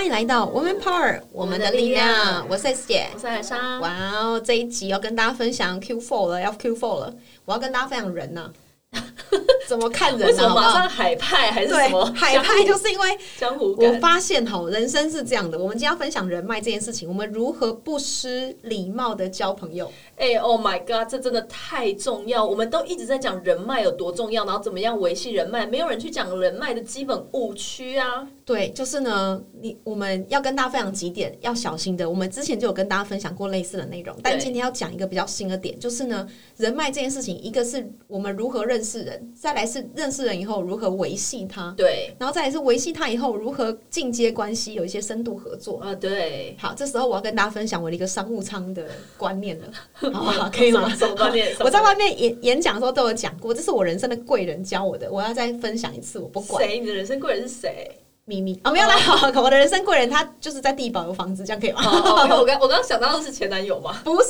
迎来到 Woman Power，我们的力量。我是 S 姐，我是海莎。哇哦，这一集要跟大家分享 Q4 了，要 Q4 了，我要跟大家分享人呐、 怎么看人、啊？为什么好不好马上海派还是什么对，海派就是因为江湖我感？发现哈，人生是这样的。我们今天要分享人脉这件事情，我们如何不失礼貌的交朋友？哎、o h my god，这真的太重要！我们都一直在讲人脉有多重要，然后怎么样维系人脉，没有人去讲人脉的基本误区啊。对，就是呢，你我们要跟大家分享几点要小心的。我们之前就有跟大家分享过类似的内容，但对今天要讲一个比较新的点，就是呢，人脉这件事情，一个是我们如何认识人，再来是认识人以后如何维系他，对，然后再来是维系他以后如何进阶关系，有一些深度合作。啊，对，好，这时候我要跟大家分享我的一个商务舱的观念 了，好 不好？啊可以吗？什么观念？什么我在外面演演讲的时候都有讲过，这是我人生的贵人教我的，我要再分享一次，我不管谁？你的人生贵人是谁？ 秘密哦，没有啦， 我的人生贵人他就是在地保有房子，这样可以吗？哦 哦我刚我刚刚想到的是前男友嘛。不是，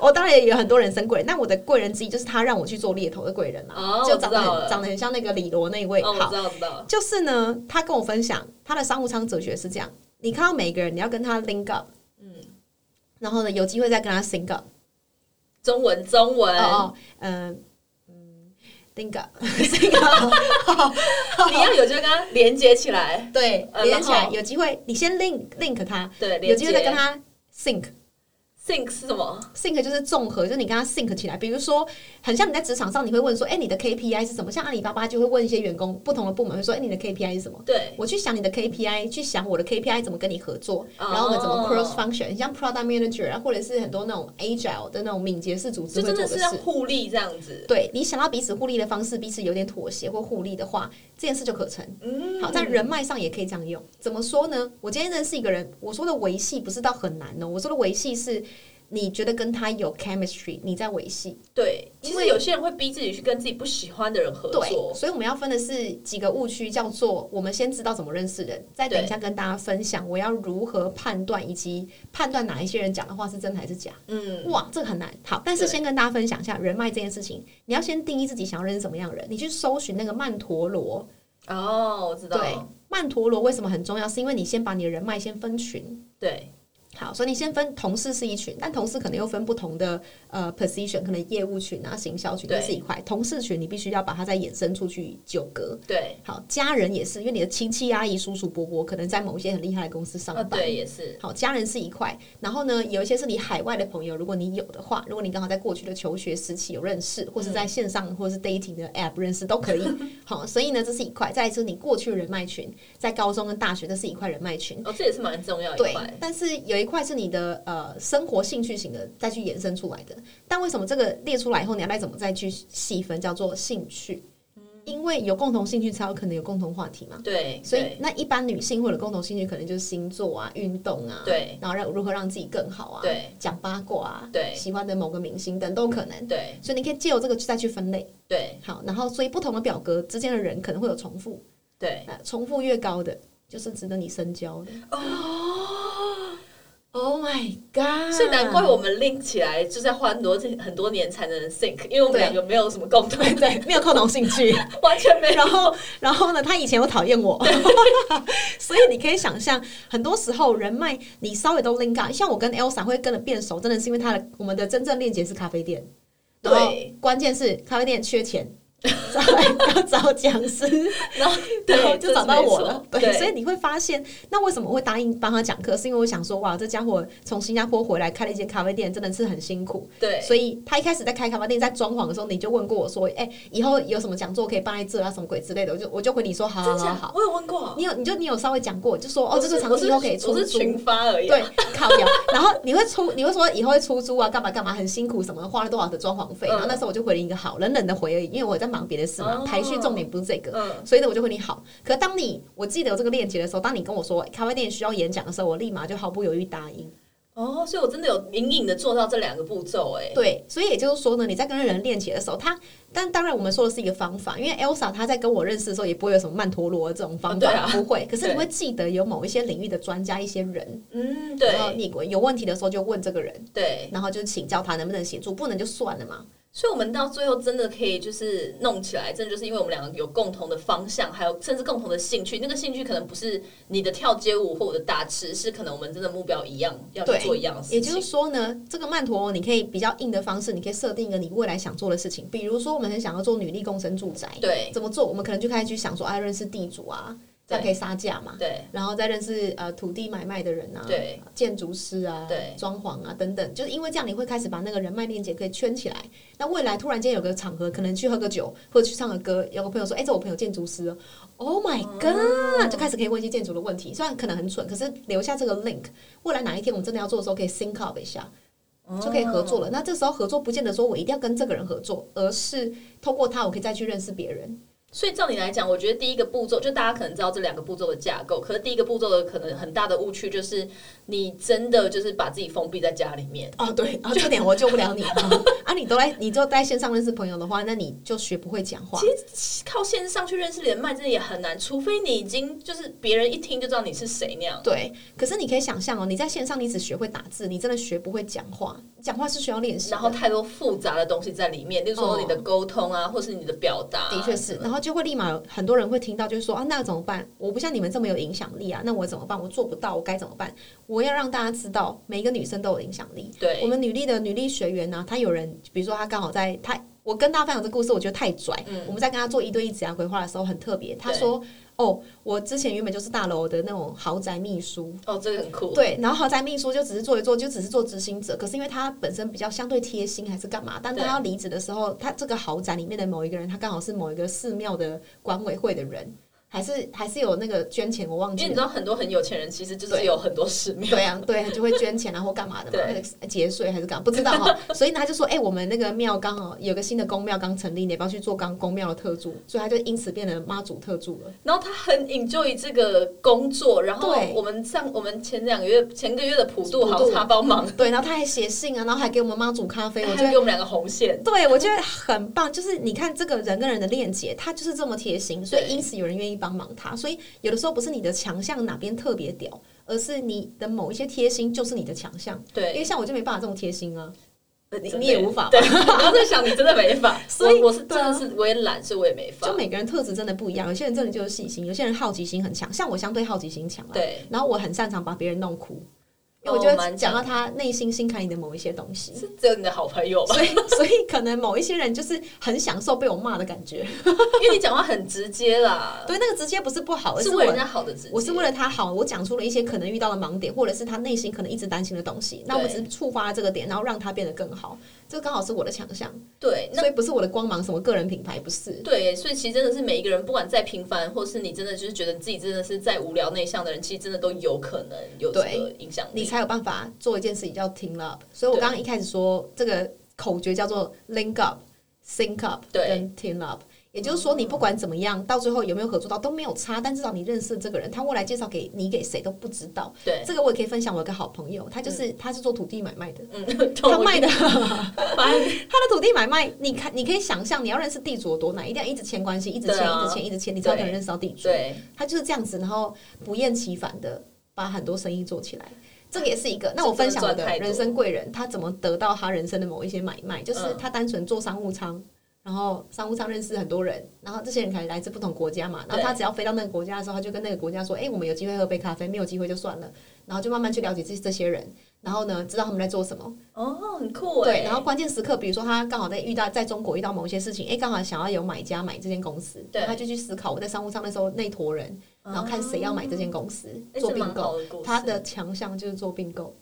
我当然也有很多人生贵人，那我的贵人之一就是他让我去做猎头的贵人啊，哦，就我知长得道很了，长得很像那个李罗那一位。哦，我好知，道，我知道。就是呢，他跟我分享他的商务舱哲学是这样：你看到每个人，你要跟他 link up，嗯，然后呢，有机会再跟他 sync up。中文，中文，哦哦，嗯嗯，link up，sync up，你要有就跟他连接起来，对，呃连起来然后有机会，你先 link link 他，对，有连机会接。再跟他 sync。 think 是什么？ sync 就是综合，就是你跟他 sync 起来。比如说，很像你在职场上，你会问说，哎、你的 KPI 是什么？像阿里巴巴就会问一些员工，不同的部门会说，哎、你的 KPI 是什么？对，我去想你的 KPI，去想我的 KPI 怎么跟你合作，哦然后我们怎么 cross function，你像 product manager 啊，或者是很多那种 agile 的那种敏捷式组织就会真做的是事要。互利这样子。对你想到彼此互利的方式，彼此有点妥协或互利的话，这件事就可成。嗯好，在人脉上也可以这样用。怎么说呢？我今天认识一个人，我说的维系不是到很难哦，我说的维系是你觉得跟他有 chemistry，你在维系。对，因其为实有些人会逼自己去跟自己不喜欢的人合对，作。所以我们要分的是几个误区，叫做我们先知道怎么认识人，再等一下跟大家分享我要如何判断，以及判断哪一些人讲的话是真还是假。嗯，哇，这个很难。好，但是对先跟大家分享一下人脉这件事情，你要先定义自己想要认识什么样的人，你去搜寻那个曼陀罗。哦，我知道。对，曼陀罗为什么很重要？是因为你先把你的人脉先分群。对好，所以你先分同事是一群，但同事可能又分不同的呃 position，可能业务群啊、行销群对这是一块。同事群你必须要把它再衍生出去九格。对，好，家人也是，因为你的亲戚、啊阿姨、叔叔、伯伯可能在某一些很厉害的公司上啊班。对也是，好，家人是一块，然后呢，有一些是你海外的朋友，如果你有的话，如果你刚好在过去的求学时期有认识，或是在线上或是 dating 的 app 认识都可以。好，所以呢，这是一块。再来是你过去的人脉群，在高中跟大学这是一块人脉群。哦，这也是蛮重要的一对块。，但是有一块是你的呃生活兴趣型的再去延伸出来的。但为什么这个列出来以后，你要再怎么再去细分，叫做兴趣？嗯因为有共同兴趣才有可能有共同话题嘛。对，所以对那一般女性会有的共同兴趣，可能就是星座啊、运动啊，对，然后让如何让自己更好啊，对，讲八卦啊，对喜欢的某个明星等都可能。对所以你可以借由这个再去分类，对好，然后所以不同的表格之间的人可能会有重复，对，那重复越高的就是值得你深交的。哦，Oh my god！所以难怪我们 link 起来就是要花很多很多年才能 think，因为我们对两个没有什么共同， 对没有共同兴趣。完全没有。然后，然后呢，他以前又讨厌我，所以你可以想象，很多时候人脉你稍微都 link up，像我跟 Elsa 会跟着变熟，真的是因为他的我们的真正链接是咖啡店。对，关键是咖啡店缺钱，找要找 讲师。然后对，对，就找到我了。这对，是没错所对以你会发现，那为什么我会答应帮他讲课？是因为我想说，哇，这家伙从新加坡回来开了一间咖啡店，真的是很辛苦。对所以他一开始在开咖啡店，在装潢的时候，你就问过我说，哎、以后有什么讲座可以办在这啊，什么鬼之类的，我就我就回你说，好好真好假好。我有问过，你有你就你有稍微讲过，就说哦，我这是个场我地是以后可以出我是租。群发而已。对，靠 腰。然后你会出，你会说以后会出租啊，干嘛干嘛，很辛苦什么，花了多少的装潢费。嗯然后那时候我就回了一个好，冷冷的回而已，因为我在忙别的事嘛，哦排序重点不是这个。嗯，所以呢，我就回你好。可当你我记得有这个链接的时候，当你跟我说咖啡店需要演讲的时候，我立马就毫不犹豫答应。哦，所以我真的有隐隐的做到这两个步骤，哎，对，所以也就是说呢，你在跟人链接的时候，他但当然我们说的是一个方法，因为 Elsa 她在跟我认识的时候也不会有什么曼陀罗这种方法，哦对啊不会。可是你对会记得有某一些领域的专家、一些人，嗯，然后对你有问题的时候就问这个人，对然后就请教他能不能协助，不能就算了嘛。所以我们到最后真的可以就是弄起来，真的就是因为我们两个有共同的方向，还有甚至共同的兴趣。那个兴趣可能不是你的跳街舞或我的大吃，是可能我们真的目标一样，要去对做一样的事也就情。是说呢，这个曼陀罗你可以比较硬的方式，你可以设定一个你未来想做的事情，比如说我们很想要做女力共生住宅，对怎么做？我们可能就开始去想说，啊，认识地主啊，这样可以杀价嘛，对然后再认识呃土地买卖的人啊，对，建筑师啊，对装潢啊等等，就是因为这样你会开始把那个人脉链接可以圈起来。那未来突然间有个场合，可能去喝个酒或者去唱个歌，有个朋友说，哎、这我朋友建筑师哦，Oh my god，、就开始可以问一些建筑的问题。虽然可能很蠢，可是留下这个 link，未来哪一天我们真的要做的时候，可以 think up 一下。就可以合作了。那这时候合作不见得说我一定要跟这个人合作，而是透过他我可以再去认识别人。所以照你来讲，我觉得第一个步骤就大家可能知道这两个步骤的架构，可是第一个步骤的可能很大的误区就是你真的就是把自己封闭在家里面。哦，对，啊，这点我救不了你 啊！你都来，你就在线上认识朋友的话，那你就学不会讲话。靠线上去认识人脉，真的也很难，除非你已经就是别人一听就知道你是谁那样。对，可是你可以想象哦，你在线上你只学会打字，你真的学不会讲话。讲话是需要练习的，然后太多复杂的东西在里面，例如说哦你的沟通啊，或是你的表达、的确是，然后就会立马有很多人会听到，就是说啊，那怎么办？我不像你们这么有影响力啊，那我怎么办？我做不到，我该怎么办？我要让大家知道，每一个女生都有影响力。对我们女力的女力学员啊呢、她有人，比如说她刚好在她，我跟大家分享这故事，我觉得太拽。我们在跟她做一对一职涯规划的时候很特别，她嗯对说。哦，我之前原本就是大楼的那种豪宅秘书，哦，这个很酷。对，然后豪宅秘书就只是做一做，就只是做执行者。可是因为他本身比较相对贴心，还是干嘛？但他对要离职的时候，他这个豪宅里面的某一个人，他刚好是某一个寺庙的管委会的人，还是还是有那个捐钱，我忘因为记你知了。道很多很有钱人其实就是对有很多寺庙，对啊，对，就会捐钱啊或干嘛的嘛对那个，节税还是干嘛，不知道哈、所以呢，他就说，哎、我们那个庙刚好有个新的公庙刚成立，你要不要去做刚公庙的特助？所以他就因此变成妈祖特助了。然后他很 enjoy 这个工作，然后对我们上我们前两个月前个月的普渡普渡好茶帮忙，对，然后他还写信啊，然后还给我们妈祖咖啡，我他觉还得给我们两个红线，对，我觉得很棒，就是你看这个人跟人的链接，他就是这么贴心，所以因此有人愿意帮忙他。所以有的时候不是你的强项哪边特别屌，而是你的某一些贴心就是你的强项。因对，为像我就没办法这么贴心啊，你真的你也无法吧对，我刚在想你真的没法， 所以我我是真对的啊是我也懒，所以我也没法就，每个人特质真的不一样，有些人真的就是细心，有些人好奇心很强，像我相对好奇心强啊，对，然后我很擅长把别人弄哭，因为我哦就蛮会讲强到他内心心坎里的某一些东西。是只有你的好朋友吧，所以，所以可能某一些人就是很享受被我骂的感嗯觉， 因为你讲话很直接啦，对，那个直接不是不好，而是我为人家好的直接，我是为了他好，我讲出了一些可能遇到的盲点，或者是他内心可能一直担心的东西。那我只是触发了这个点，然后让他变得更好，这刚好是我的强项，对，那所以不是我的光芒，什么个人品牌不是。对，所以其实真的是每一个人，不管再平凡，或是你真的就是觉得自己真的是再无聊内向的人，其实真的都有可能有这对个影响你力。才有办法做一件事情叫 team up。所以我刚刚一开始说这个口诀叫做 link up、sync up 对跟 team up。也就是说，你不管怎么样，到最后有没有合作到都没有差，但至少你认识这个人，他未来介绍给你给谁都不知道。对，这个我也可以分享，我有个好朋友，他就是、他是做土地买卖的，嗯， 他卖的反正他的土地买卖，你看，你可以想象，你要认识地主有多难，一定要一直签关系，一直签，对啊一直签，一直签，你才有可能认识到地主。对，他就是这样子，然后不厌其烦的把很多生意做起来。这个也是一个。那我分享我这真的的赚太多人生贵人，他怎么得到他人生的某一些买卖，就是嗯他单纯做商务舱。然后商务舱认识很多人，然后这些人可能来自不同国家嘛，然后他只要飞到那个国家的时候，他就跟那个国家说，哎，我们有机会喝杯咖啡，没有机会就算了，然后就慢慢去了解这这些人，然后呢，知道他们在做什么，哦，很酷哎。对，然后关键时刻，比如说他刚好在遇到在中国遇到某一些事情，哎，刚好想要有买家买这间公司，对他就去思考我在商务舱的时候那坨人，然后看谁要买这间公司、啊哎做这蛮并好购的故事。他的强项就是做并购，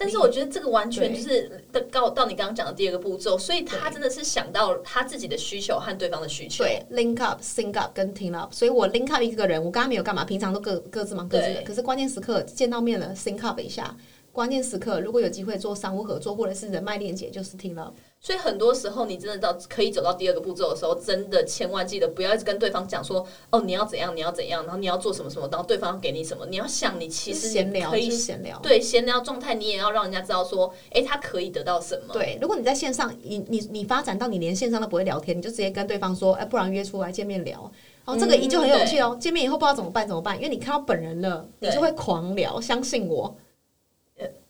但是我觉得这个完全就是到到到你刚刚讲的第二个步骤，所以他对真的是想到他自己的需求和对方的需求。对，link up、sync up 跟 team up。所以我 link up 一个人，我刚刚没有干嘛，平常都各各自忙各自的对。可是关键时刻见到面了，sync up 一下。关键时刻如果有机会做商务合作或者是人脉链接，就是 team up。所以很多时候，你真的到可以走到第二个步骤的时候，真的千万记得不要一直跟对方讲说，哦，你要怎样，你要怎样，然后你要做什么什么，然后对方要给你什么，你要想，你其就是实闲聊可就是以闲聊。对闲聊状态，你也要让人家知道说，诶，他可以得到什么。对，如果你在线上，你你你发展到你连线上都不会聊天，你就直接跟对方说，哎、不然约出来见面聊。哦，这个嗯一就很有趣哦。见面以后不知道怎么办，怎么办？因为你看到本人了，你对就会狂聊。相信我，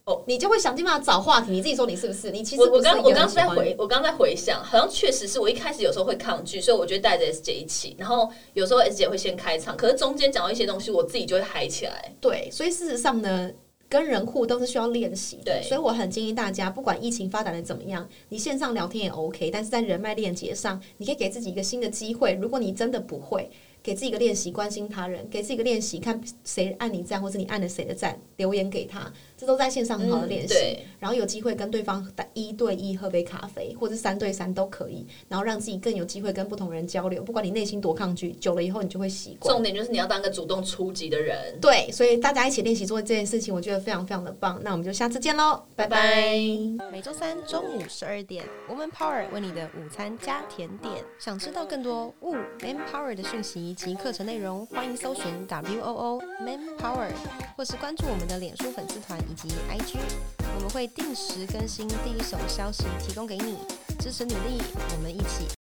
哦你就会想尽办法找话题。你自己说你是不是？你其实我我不是刚一我个刚很是喜在欢回我刚在回想，好像确实是我一开始有时候会抗拒，所以我就带着 S 姐一起，然后有时候 S 姐会先开场，可是中间讲到一些东西，我自己就会嗨起来。对，所以事实上呢，跟人互动是需要练习的。对所以我很建议大家，不管疫情发展的怎么样，你线上聊天也 OK，但是在人脉链接上，你可以给自己一个新的机会。如果你真的不会，给自己一个练习，关心他人，给自己一个练习，看谁按你赞，或是你按了谁的赞，留言给他，这都在线上很好的练习。嗯对，然后有机会跟对方打一对一喝杯咖啡，或者三对三都可以，然后让自己更有机会跟不同人交流。不管你内心多抗拒，久了以后你就会习惯。重点就是你要当个主动出击的人。对，所以大家一起练习做这件事情，我觉得非常非常的棒。那我们就下次见喽，拜拜每周三中午十二点，Woman Power 为你的午餐加甜点。想知道更多 Wo Man Power 的讯息及课程内容，欢迎搜寻 W O O Man Power，或是关注我们的脸书粉丝团以及 IG，我们会定时更新第一手消息，提供给你支持努力，我们一起